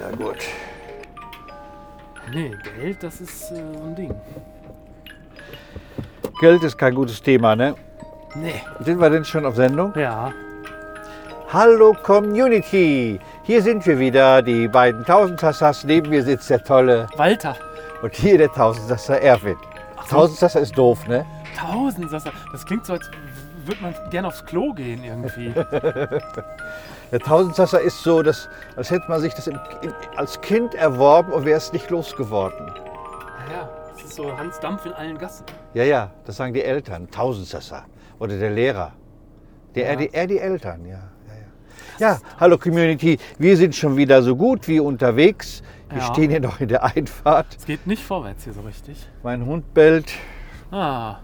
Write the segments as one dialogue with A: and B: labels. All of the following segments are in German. A: Na gut.
B: Nee, Geld, das ist äh, so ein Ding.
A: Geld ist kein gutes Thema, ne?
B: Nee.
A: Sind wir denn schon auf Sendung?
B: Ja.
A: Hallo Community! Hier sind wir wieder, die beiden Tausendsassas. Neben mir sitzt der tolle
B: Walter.
A: und hier der Tausendsasser Erwin. Tausendsasser ist doof, ne?
B: Tausend, das, das klingt so, als würde man gerne aufs Klo gehen irgendwie.
A: Der Tausendsasser ist so, dass, als hätte man sich das im, in, als Kind erworben und wäre es nicht losgeworden.
B: ja, das ist so Hans Dampf in allen Gassen.
A: Ja, ja, das sagen die Eltern, Tausendsasser oder der Lehrer. Der, er, die, er die Eltern, ja. Ja, ja. ja, hallo Community, wir sind schon wieder so gut wie unterwegs. Wir
B: Ja.
A: stehen hier noch in der Einfahrt.
B: Es geht nicht vorwärts hier so richtig.
A: Mein Hund bellt,
B: Ah,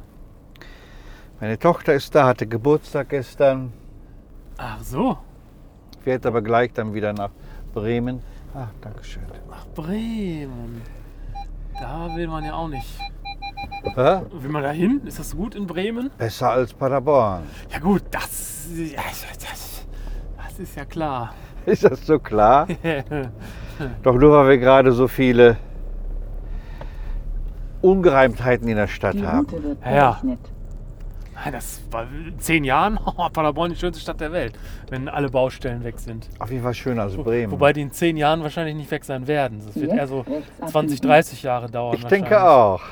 A: meine Tochter ist da, hatte Geburtstag gestern,
B: ach so.
A: fährt aber gleich dann wieder nach Bremen. Ach, danke schön.
B: Ach, Bremen. Da will man ja auch nicht.
A: Hä?
B: Will man da hin? Ist das gut in Bremen?
A: Besser als Paderborn.
B: Ja gut, das, ja, das, das ist ja klar.
A: Ist das so klar? Doch nur weil wir gerade so viele Ungereimtheiten in der Stadt
C: Die
A: haben.
C: Route wird
B: Ja.
C: berechnet.
B: Ah, Das war in zehn Jahren Paderborn die schönste Stadt der Welt, wenn alle Baustellen weg sind.
A: Auf jeden Fall schöner als Bremen.
B: Wobei die in zehn Jahren wahrscheinlich nicht weg sein werden. Das wird
C: Jetzt
B: eher so
C: rechts abbiegen.
B: 20, 30 Jahre dauern.
A: ich denke
B: wahrscheinlich.
A: auch.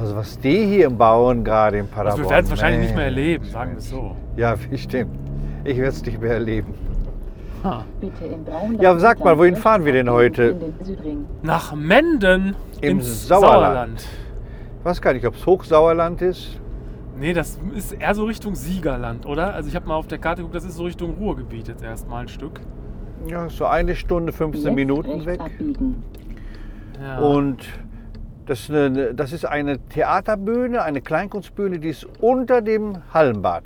A: Also was die hier bauen gerade in Paderborn.
B: Also wir werden es wahrscheinlich nicht mehr
A: Mensch,
B: erleben, sagen wir es so.
A: Mensch. Ja, stimmt. Ich werde es nicht mehr erleben.
B: Ha.
C: Bitte in 300
A: Ja, sag mal,
C: Metern
A: wohin
C: rechts
A: fahren wir denn
C: abbiegen
A: heute?
C: in den Südring.
B: Nach Menden
A: Im
B: ins
A: Sauerland. Ich weiß gar nicht, ob es Hochsauerland ist.
B: Nee, das ist eher so Richtung Siegerland, oder? Also ich habe mal auf der Karte geguckt, das ist so Richtung Ruhrgebiet jetzt erstmal ein Stück.
A: Ja, so eine Stunde, 15
C: Jetzt
A: Minuten
C: rechts
A: weg.
C: Abbiegen.
B: Ja.
A: Und das ist, eine, das ist eine Theaterbühne, eine Kleinkunstbühne, die ist unter dem Hallenbad.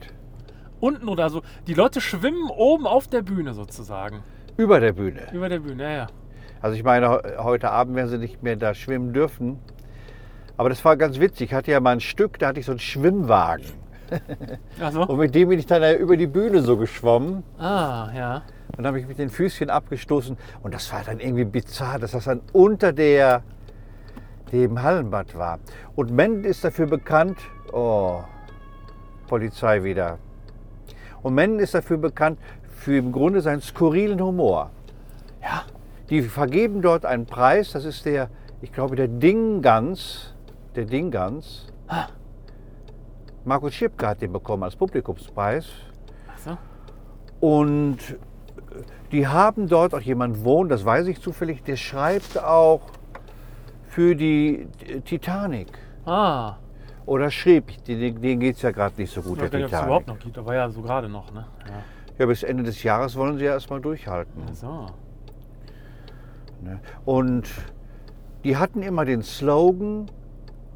B: Unten oder so. Die Leute schwimmen oben auf der Bühne sozusagen.
A: Über der Bühne.
B: Über der Bühne, ja, ja.
A: Also ich meine, heu- heute Abend werden sie nicht mehr da schwimmen dürfen. Aber das war ganz witzig. Ich hatte ja mal ein Stück, da hatte ich so einen Schwimmwagen.
B: Also?
A: Und mit dem bin ich dann da über die Bühne so geschwommen.
B: Ah, ja.
A: Und habe ich mit den Füßchen abgestoßen. Und das war dann irgendwie bizarr, dass das dann unter der, dem Hallenbad war. Und Menden ist dafür bekannt, oh, Polizei wieder. Und Menden ist dafür bekannt für im Grunde seinen skurrilen Humor.
B: Ja.
A: Die vergeben dort einen Preis, das ist der, ich glaube, der Dingans. Der Dingans.
B: Ah.
A: Markus Schipke hat den bekommen als Publikumspreis.
B: Also?
A: Und die haben dort auch jemand wohnt, das weiß ich zufällig, der schreibt auch für die Titanic.
B: Ah.
A: Oder schrieb, den, den geht es ja gerade nicht so
B: Ich
A: gut, der
B: weiß gar nicht, ob es überhaupt
A: Titanic.
B: noch gibt, aber ja, so gerade noch, ne? Ja.
A: Ja, bis Ende des Jahres wollen sie ja erstmal durchhalten.
B: So.
A: Ne? Und die hatten immer den Slogan,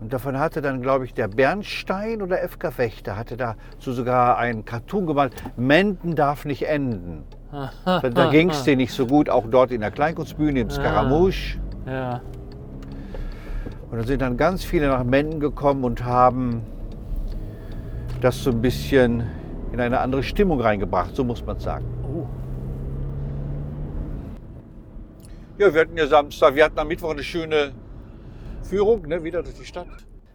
A: und davon hatte dann, glaube ich, der Bernstein oder FK Wächter, hatte dazu sogar einen Cartoon gemalt, Menden darf nicht enden. Da, da ging es denen nicht so gut, auch dort in der Kleinkunstbühne, im Scaramouche.
B: Ja.
A: Und dann sind dann ganz viele nach Menden gekommen und haben das so ein bisschen in eine andere Stimmung reingebracht, so muss man sagen.
B: Oh.
A: Ja, wir hatten ja Samstag, wir hatten am Mittwoch eine schöne Führung, ne, wieder durch die Stadt.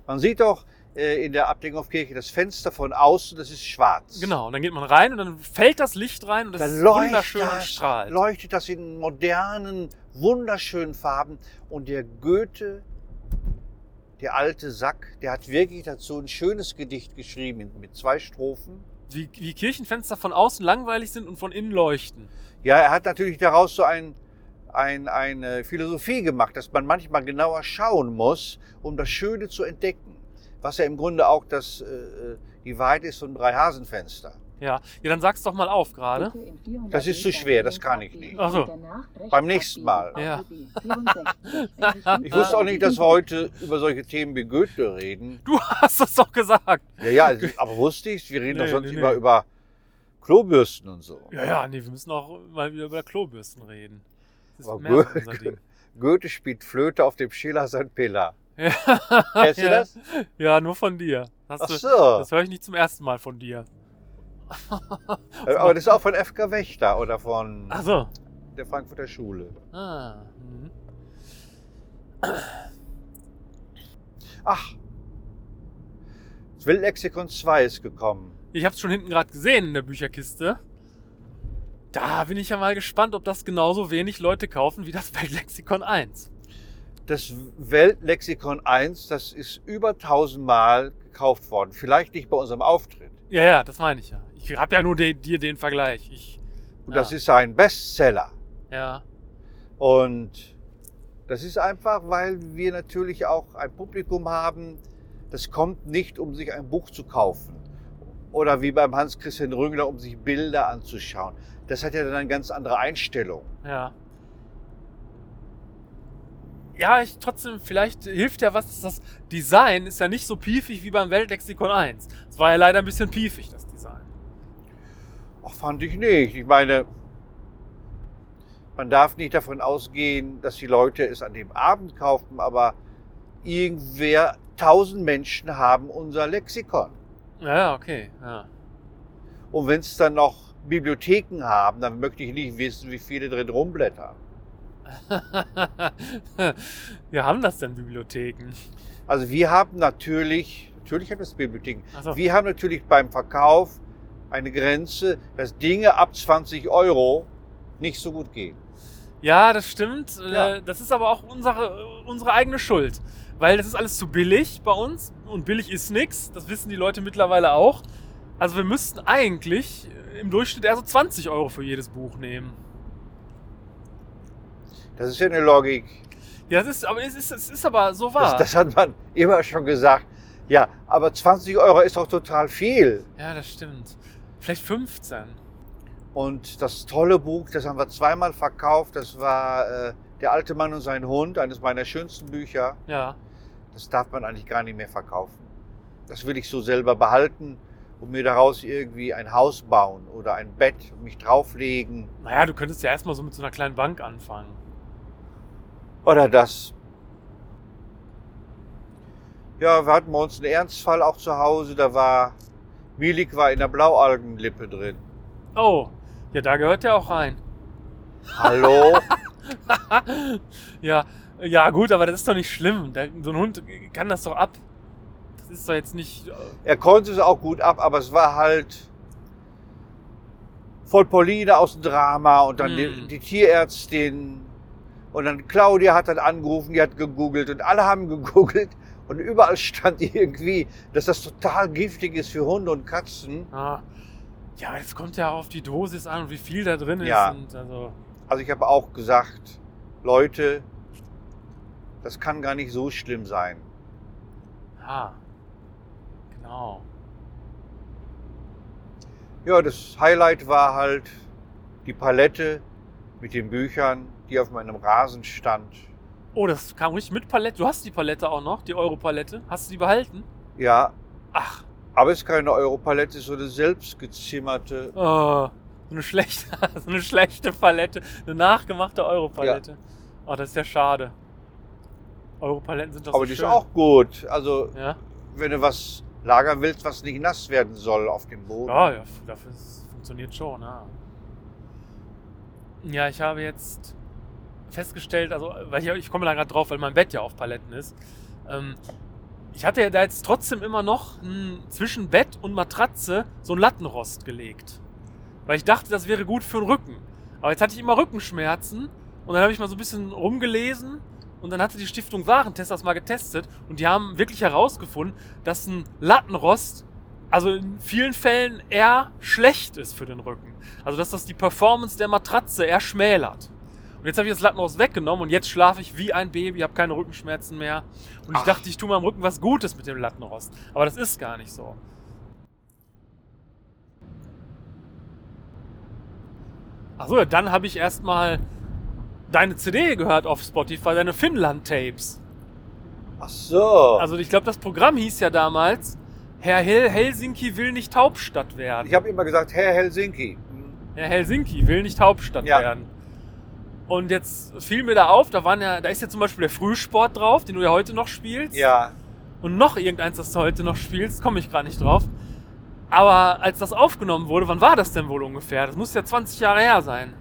A: Man sieht doch äh, in der Abdinghoffkirche das Fenster von außen, das ist schwarz.
B: Genau, und dann geht man rein und dann fällt das Licht rein und das
A: Dann
B: ist
A: leuchtet
B: wunderschön und
A: das,
B: strahlt.
A: leuchtet das in modernen, wunderschönen Farben. Und der Goethe, der alte Sack, der hat wirklich dazu ein schönes Gedicht geschrieben mit zwei Strophen.
B: Wie, wie Kirchenfenster von außen langweilig sind und von innen leuchten.
A: Ja, er hat natürlich daraus so ein, ein, eine Philosophie gemacht, dass man manchmal genauer schauen muss, um das Schöne zu entdecken. Was ja im Grunde auch das, äh, die Wahrheit ist von drei Hasenfenster.
B: Ja, ja dann sag's doch mal auf gerade.
C: Bitte in 400
A: Das ist zu
C: Metern
A: schwer, das
C: links
A: kann ich
C: abbiegen
A: nicht.
B: Ach so.
C: und danach rechts
A: Beim nächsten Mal.
C: abbiegen.
B: Ja.
C: AGB 64 in Richtung
B: Ah.
A: Ich wusste auch nicht, dass wir
C: Süden.
A: heute über solche Themen wie Goethe reden.
B: Du hast das doch gesagt.
A: Ja, ja, also, aber wusste ich, wir reden doch
B: Nee,
A: sonst
B: nee,
A: Über,
B: nee.
A: über Klobürsten und so.
B: Ja, ja, nee, wir müssen auch mal wieder über Klobürsten reden. Das
A: Aber
B: mehr so
A: Oh, gut.
B: unser Ding.
A: Goethe spielt Flöte auf dem Schiller St. Pilla.
B: Ja.
A: Kennst du
B: ja.
A: das?
B: Ja, nur von dir. Hast
A: Ach
B: du,
A: so.
B: Das höre ich nicht zum ersten Mal von dir.
A: Aber das ist auch von FK Wächter oder von
B: Ach so.
A: der Frankfurter Schule.
B: Ah. Mhm.
A: Ach, das Will-Lexikon 2 ist gekommen.
B: Ich hab's schon hinten gerade gesehen in der Bücherkiste. Da bin ich ja mal gespannt, ob das genauso wenig Leute kaufen wie das Weltlexikon 1.
A: Das Weltlexikon 1, das ist über 1000 Mal gekauft worden. Vielleicht nicht bei unserem Auftritt.
B: Ja, ja, das meine ich ja. Ich habe ja nur de dir den Vergleich. Ich,
A: Und das
B: Ja.
A: ist ein Bestseller.
B: ja,
A: Und das ist einfach, weil wir natürlich auch ein Publikum haben, das kommt nicht, um sich ein Buch zu kaufen. Oder wie beim Hans-Christian Rüngler, um sich Bilder anzuschauen. Das hat ja dann eine ganz andere Einstellung.
B: ja. Ja, ich trotzdem, vielleicht hilft ja was, dass das Design ist ja nicht so piefig wie beim Weltlexikon 1. Es war ja leider ein bisschen piefig, das Design.
A: Ach, fand ich nicht. Ich meine, man darf nicht davon ausgehen, dass die Leute es an dem Abend kaufen, aber irgendwer, tausend Menschen haben unser Lexikon.
B: Ja, okay. Ja.
A: Und wenn es dann noch Bibliotheken haben, dann möchte ich nicht wissen, wie viele drin rumblättern.
B: Wir haben das denn Bibliotheken.
A: Also wir haben natürlich, natürlich haben wir Bibliotheken,
B: Also,
A: wir haben natürlich beim Verkauf eine Grenze, dass Dinge ab 20 Euro nicht so gut gehen.
B: Ja, das stimmt.
A: Ja.
B: Äh, Das ist aber auch unsere, unsere eigene Schuld. Weil das ist alles zu billig bei uns und billig ist nix. Das wissen die Leute mittlerweile auch. Also wir müssten eigentlich äh, im Durchschnitt eher so 20 Euro für jedes Buch nehmen.
A: Das ist ja eine Logik.
B: Ja, das ist, aber es ist, es ist aber so
A: Das,
B: wahr.
A: das hat man immer schon gesagt. Ja, aber 20 Euro ist doch total viel.
B: Ja, das stimmt. Vielleicht 15.
A: Und das tolle Buch, das haben wir zweimal verkauft, das war äh, Der alte Mann und sein Hund, eines meiner schönsten Bücher.
B: Ja.
A: Das darf man eigentlich gar nicht mehr verkaufen. Das will ich so selber behalten und mir daraus irgendwie ein Haus bauen oder ein Bett und mich drauflegen
B: Naja, du könntest ja erstmal so mit so einer kleinen Bank anfangen.
A: oder das. Ja, wir hatten bei uns einen Ernstfall auch zu Hause, da war Milik war in der Blaualgenlippe drin.
B: Oh, ja, da gehört ja auch rein.
A: Hallo?
B: ja, ja, gut, aber das ist doch nicht schlimm. Der, so ein Hund kann das doch ab. Das ist doch jetzt nicht. äh,
A: er konnte es auch gut ab, aber es war halt voll Pauline aus dem Drama und dann
B: Hm.
A: die, die Tierärztin und dann Claudia hat dann angerufen, die hat gegoogelt und alle haben gegoogelt und überall stand irgendwie, dass das total giftig ist für Hunde und Katzen.
B: Ah. Ja, aber es kommt ja auch auf die Dosis an und wie viel da drin
A: Ja.
B: ist. Und also,
A: Also ich habe auch gesagt, Leute, das kann gar nicht so schlimm sein.
B: ja. ah. Genau.
A: Ja, das Highlight war halt die Palette mit den Büchern, die auf meinem Rasen stand.
B: Oh, das kam richtig mit Palette. Du hast die Palette auch noch, die Euro-Palette. Hast du die behalten?
A: Ja,
B: Ach,
A: Aber es ist keine Europalette, es ist so eine selbstgezimmerte.
B: oh, so eine schlechte, so eine schlechte Palette. Eine nachgemachte Euro-Palette. Oh, das ist ja schade. Euro-Paletten sind doch
A: Aber
B: so
A: die ist
B: schön.
A: auch gut. Also,
B: Ja.
A: wenn du was lagern willst, was nicht nass werden soll auf dem Boden.
B: Ja, ja, f- dafür ist, es funktioniert schon, ja. Ja, ich habe jetzt festgestellt, also, weil ich, ich komme da gerade drauf, weil mein Bett ja auf Paletten ist. Ähm, ich hatte ja da jetzt trotzdem immer noch hm, zwischen Bett und Matratze so ein Lattenrost gelegt. Weil ich dachte, das wäre gut für den Rücken. Aber jetzt hatte ich immer Rückenschmerzen und dann habe ich mal so ein bisschen rumgelesen und dann hatte die Stiftung Warentest das mal getestet und die haben wirklich herausgefunden, dass ein Lattenrost also in vielen Fällen eher schlecht ist für den Rücken. Also dass das die Performance der Matratze eher schmälert. Und jetzt habe ich das Lattenrost weggenommen und jetzt schlafe ich wie ein Baby, habe keine Rückenschmerzen mehr. Und ich
A: Ach.
B: dachte, ich tue meinem Rücken was Gutes mit dem Lattenrost. Aber das ist gar nicht so. Achso, ja, dann habe ich erstmal deine CD gehört auf Spotify, deine Finnland-Tapes.
A: Ach so.
B: Also ich glaube, das Programm hieß ja damals, Herr Hel Helsinki will nicht Hauptstadt werden.
A: ich habe immer gesagt, Herr Helsinki.
B: Herr Helsinki will nicht Hauptstadt
A: Ja.
B: werden. Und jetzt fiel mir da auf, da waren ja, da ist ja zum Beispiel der Frühsport drauf, den du ja heute noch spielst.
A: Ja,
B: Und noch irgendeins, das du heute noch spielst, komme ich gar nicht drauf. Aber als das aufgenommen wurde, wann war das denn wohl ungefähr? Das muss ja 20 Jahre her sein.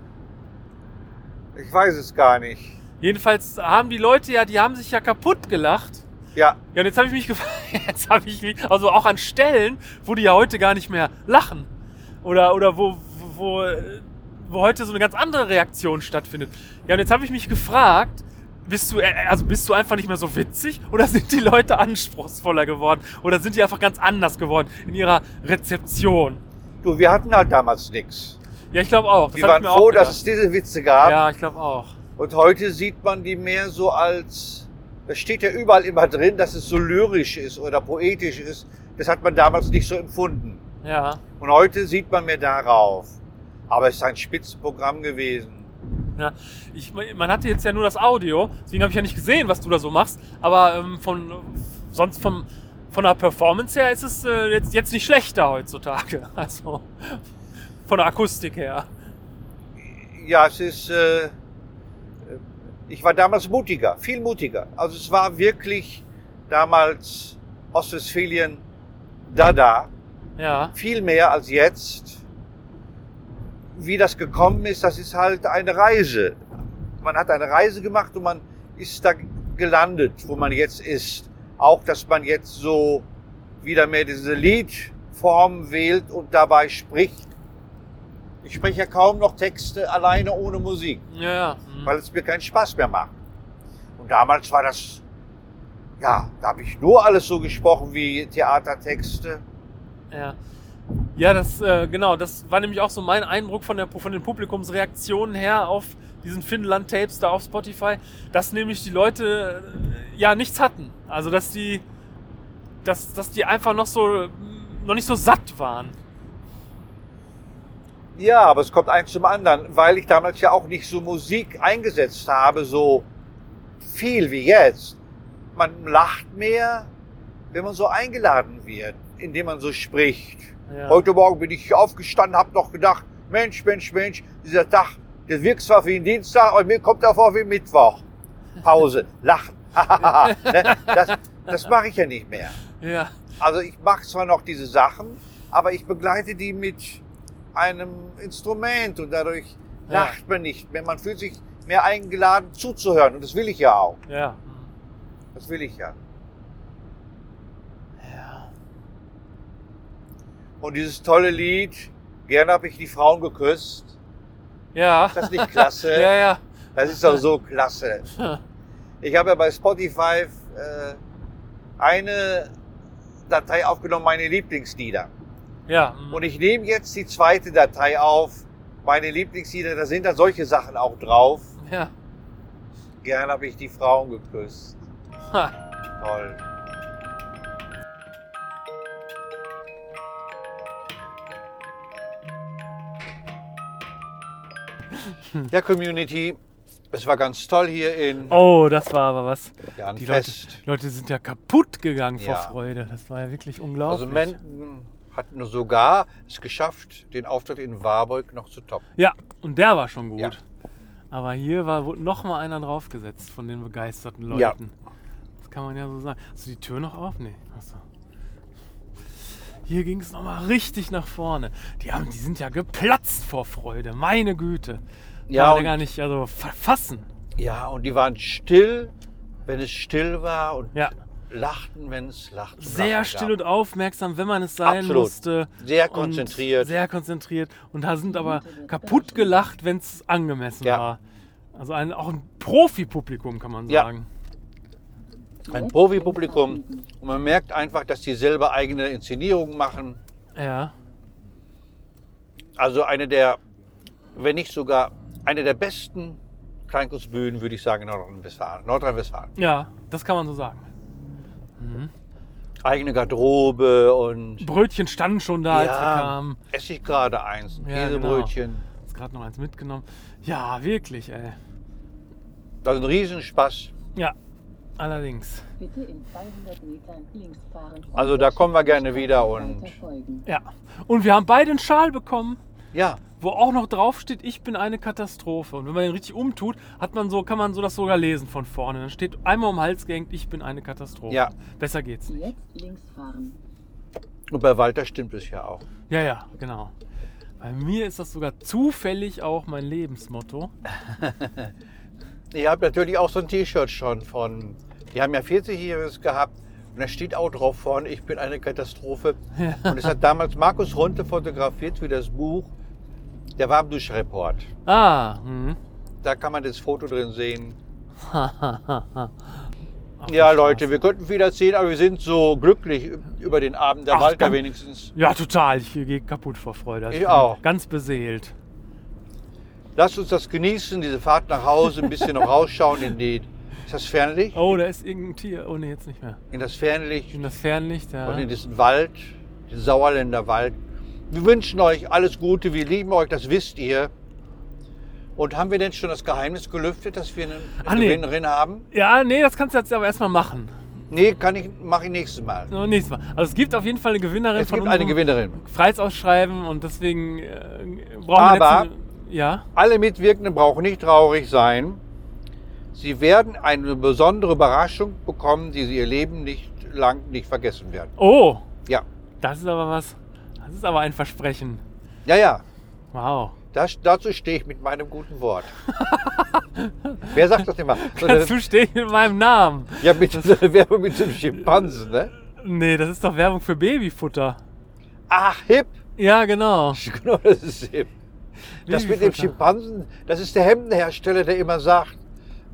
A: Ich weiß es gar nicht.
B: Jedenfalls haben die Leute ja, die haben sich ja kaputt gelacht.
A: Ja,
B: Ja, und jetzt habe ich mich gefragt, jetzt habe ich mich, also auch an Stellen, wo die ja heute gar nicht mehr lachen. Oder, oder wo, wo, wo, wo heute so eine ganz andere Reaktion stattfindet. Ja, und jetzt habe ich mich gefragt, bist du, äh, also bist du einfach nicht mehr so witzig? Oder sind die Leute anspruchsvoller geworden? Oder sind die einfach ganz anders geworden in ihrer Rezeption?
A: du, wir hatten halt damals nichts.
B: Ja, ich glaube auch. Das
A: Wir
B: hab ich
A: waren
B: mir auch
A: froh, dass
B: gedacht.
A: es diese Witze gab.
B: Ja, ich glaube auch.
A: Und heute sieht man die mehr so als, das steht ja überall immer drin, dass es so lyrisch ist oder poetisch ist. Das hat man damals nicht so empfunden.
B: Ja,
A: Und heute sieht man mehr darauf. Aber es ist ein Spitzenprogramm gewesen.
B: ich, man hatte jetzt ja nur das Audio, deswegen habe ich ja nicht gesehen, was du da so machst. Aber ähm, von sonst vom, von der Performance her ist es äh, jetzt, jetzt nicht schlechter heutzutage. Also von der Akustik her.
A: Ja, es ist, äh, ich war damals mutiger, viel mutiger. Also es war wirklich damals Ostwestfälien Dada.
B: Ja,
A: viel mehr als jetzt. Wie das gekommen ist, das ist halt eine Reise. Man hat eine Reise gemacht und man ist da gelandet, wo man jetzt ist. Auch, dass man jetzt so wieder mehr diese Liedform wählt und dabei spricht. Ich spreche ja kaum noch Texte alleine ohne Musik,
B: ja, ja. Mhm.
A: weil es mir keinen Spaß mehr macht. Und damals war das, ja, da habe ich nur alles so gesprochen wie Theatertexte.
B: Ja, ja das, äh, genau, das war nämlich auch so mein Eindruck von, der, von den Publikumsreaktionen her auf diesen Finnland-Tapes da auf Spotify, dass nämlich die Leute äh, ja nichts hatten. Also, dass die, dass, dass die einfach noch so, äh, noch nicht so satt waren.
A: Ja, aber es kommt eins zum anderen, weil ich damals ja auch nicht so Musik eingesetzt habe, so viel wie jetzt. Man lacht mehr, wenn man so eingeladen wird, indem man so spricht.
B: Ja.
A: Heute Morgen bin ich aufgestanden, habe noch gedacht, Mensch, Mensch, Mensch, dieser Tag, der wirkt zwar wie ein Dienstag, aber mir kommt er vor wie Mittwoch. Pause, lachen. Ne? das das mache ich ja nicht mehr.
B: Ja,
A: Also ich mache zwar noch diese Sachen, aber ich begleite die mit einem Instrument und dadurch
B: Ja.
A: lacht man nicht mehr. Man fühlt sich mehr eingeladen zuzuhören und das will ich ja auch.
B: ja.
A: Das will ich ja.
B: Ja.
A: Und dieses tolle Lied, gern habe ich die Frauen geküsst.
B: Ja.
A: Ist äh, das nicht klasse?
B: Ja, ja.
A: Das ist doch so klasse. Ich habe ja bei Spotify äh, eine Datei aufgenommen, meine Lieblingslieder.
B: Ja. mhm.
A: Und ich nehme jetzt die zweite Datei auf, meine Lieblingslieder, da sind dann solche Sachen auch drauf.
B: Ja.
A: Gern habe ich die Frauen geküsst.
B: Ha.
A: Toll. Ja, Community, es war ganz toll hier in
B: Oh, das war aber was.
A: Jan
B: die
A: Fest.
B: Die Leute sind ja kaputt gegangen vor
A: Ja.
B: Freude. Das war ja wirklich
A: Also
B: unglaublich.
A: Menden hat nur sogar es geschafft, den Auftritt in Warburg noch zu toppen.
B: Ja, und der war schon gut.
A: Ja.
B: Aber hier war wurde noch mal einer draufgesetzt von den begeisterten Leuten.
A: Ja.
B: Das kann man ja so sagen. Hast du die Tür noch auf? Nee. Achso. Hier ging es nochmal richtig nach vorne. Die, haben, die sind ja geplatzt vor Freude. Meine Güte.
A: Ja,
B: Kann man
A: und-
B: ja gar nicht also verfassen.
A: Ja, und die waren still, wenn es still war und
B: Ja.
A: lachten, wenn es lachten.
B: Sehr
A: lachten
B: still
A: gab.
B: und aufmerksam, wenn man es sein
A: Absolut.
B: musste.
A: Sehr
B: Und
A: konzentriert.
B: Sehr konzentriert. Und da sind aber kaputt gelacht, wenn es angemessen
A: Ja.
B: war. Also ein, auch ein Profipublikum, kann man
A: Ja.
B: sagen.
A: ein Profipublikum. Und man merkt einfach, dass die selber eigene Inszenierungen machen.
B: ja.
A: Also eine der, wenn nicht sogar eine der besten Kleinkunstbühnen, würde ich sagen, in Nordrhein-Westfalen. Nordrhein-Westfalen.
B: Ja, das kann man so sagen.
A: Eigene Garderobe und
B: Brötchen standen schon da, als wir
A: Ja.
B: kamen.
A: esse ich gerade eins, ein
B: Ja, genau.
A: Käsebrötchen.
B: Jetzt gerade noch eins mitgenommen. Ja, wirklich, ey.
A: Das ist ein Riesenspaß.
B: Ja, allerdings.
C: Bitte in 200 Metern links fahren.
A: Also da kommen wir gerne wieder und-
C: Weiter folgen.
B: Ja. Und wir haben beide einen Schal bekommen,
A: Ja,
B: wo auch noch draufsteht, ich bin eine Katastrophe. Und wenn man den richtig umtut, hat man so, kann man so das sogar lesen von vorne. Dann steht einmal um den Hals gehängt, ich bin eine Katastrophe.
A: Ja.
B: Besser geht's nicht.
C: Jetzt links fahren.
A: Und bei Walter stimmt es ja auch.
B: Ja, ja, genau. Bei mir ist das sogar zufällig auch mein Lebensmotto.
A: Ich habe natürlich auch so ein T-Shirt schon von, die haben ja 40-Jähriges gehabt und da steht auch drauf vorne, ich bin eine Katastrophe. Und es hat damals Markus Runte fotografiert für das Buch Der Warmduschreport.
B: Ah, hm.
A: Da kann man das Foto drin sehen.
B: Ach,
A: ja,
B: Spaß.
A: Leute, wir könnten viel erzählen, aber wir sind so glücklich über den Abend. Der
B: Ach,
A: Walter
B: dann-
A: wenigstens.
B: Ja, total. Ich gehe kaputt vor Freude. Also
A: Ich
B: bin
A: auch.
B: Ganz beseelt.
A: Lasst uns das genießen, diese Fahrt nach Hause, ein bisschen noch rausschauen in die. Ist das Fernlicht?
B: Oh, da ist irgendein Tier. Oh, nee, jetzt nicht mehr.
A: In das Fernlicht
B: In das Fernlicht, ja.
A: und in diesen Wald, den Sauerländer Wald. Wir wünschen euch alles Gute, wir lieben euch, das wisst ihr. Und haben wir denn schon das Geheimnis gelüftet, dass wir eine
B: Ah, nee.
A: Gewinnerin haben?
B: Ja, nee, das kannst du jetzt aber erstmal machen.
A: Nee, kann ich, mache ich nächstes Mal.
B: So, Nächstes Mal. Also es gibt auf jeden Fall eine Gewinnerin
A: Es
B: von
A: gibt eine
B: unserem
A: Gewinnerin.
B: Preisausschreiben und deswegen äh, brauchen
A: Aber-
B: wir jetzt... Ja?
A: Alle Mitwirkenden brauchen nicht traurig sein. Sie werden eine besondere Überraschung bekommen, die sie ihr Leben nicht lang nicht vergessen werden.
B: Oh,
A: Ja,
B: das ist aber was. Das ist aber ein Versprechen.
A: ja, ja.
B: Wow.
A: Das, dazu stehe ich mit meinem guten Wort. Wer sagt das immer? So eine-
B: Dazu stehe ich mit meinem Namen.
A: Ja, mit so einer Werbung mit so einem Schimpansen, ne?
B: Nee, das ist doch Werbung für Babyfutter.
A: Ach, hip.
B: Ja, genau.
A: Genau, das ist hip. Das mit dem
B: Babyfutter.
A: Schimpansen, das ist der Hemdenhersteller, der immer sagt,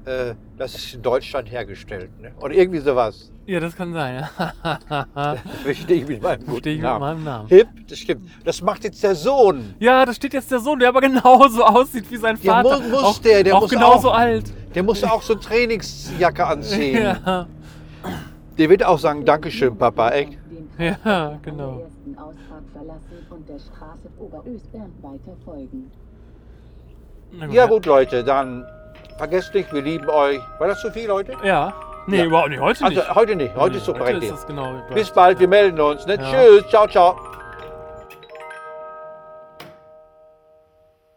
A: äh, das ist in Deutschland hergestellt, ne? Oder irgendwie sowas.
B: Ja, das kann sein. Ja,
A: Da stehe ich mit meinem guten
B: stehe ich mit
A: Namen.
B: meinem Namen.
A: Hip, das stimmt. Das macht jetzt der Sohn.
B: ja da steht jetzt der Sohn, der aber genauso aussieht wie sein
A: Ja,
B: Vater.
A: mu- muss
B: auch,
A: der, der
B: auch
A: muss
B: genauso
A: auch.
B: alt.
A: Der muss auch so eine Trainingsjacke anziehen.
B: Ja,
A: Der wird auch sagen, Dankeschön, Papa. Echt?
B: ja, genau.
C: ersten Ausfahrt verlassen und der Straße Oberöstern weiter folgen.
B: Na
A: Ja gut, Leute, dann vergesst nicht, wir lieben euch. War das zu viel heute?
B: Ja. Nee,
A: Ja.
B: überhaupt nicht. Heute nicht.
A: Also heute nicht, heute ist so
B: heute
A: korrekt.
B: ist das genau.
A: Bis bald, wir melden uns. Ne?
B: Ja.
A: Tschüss, ciao, ciao.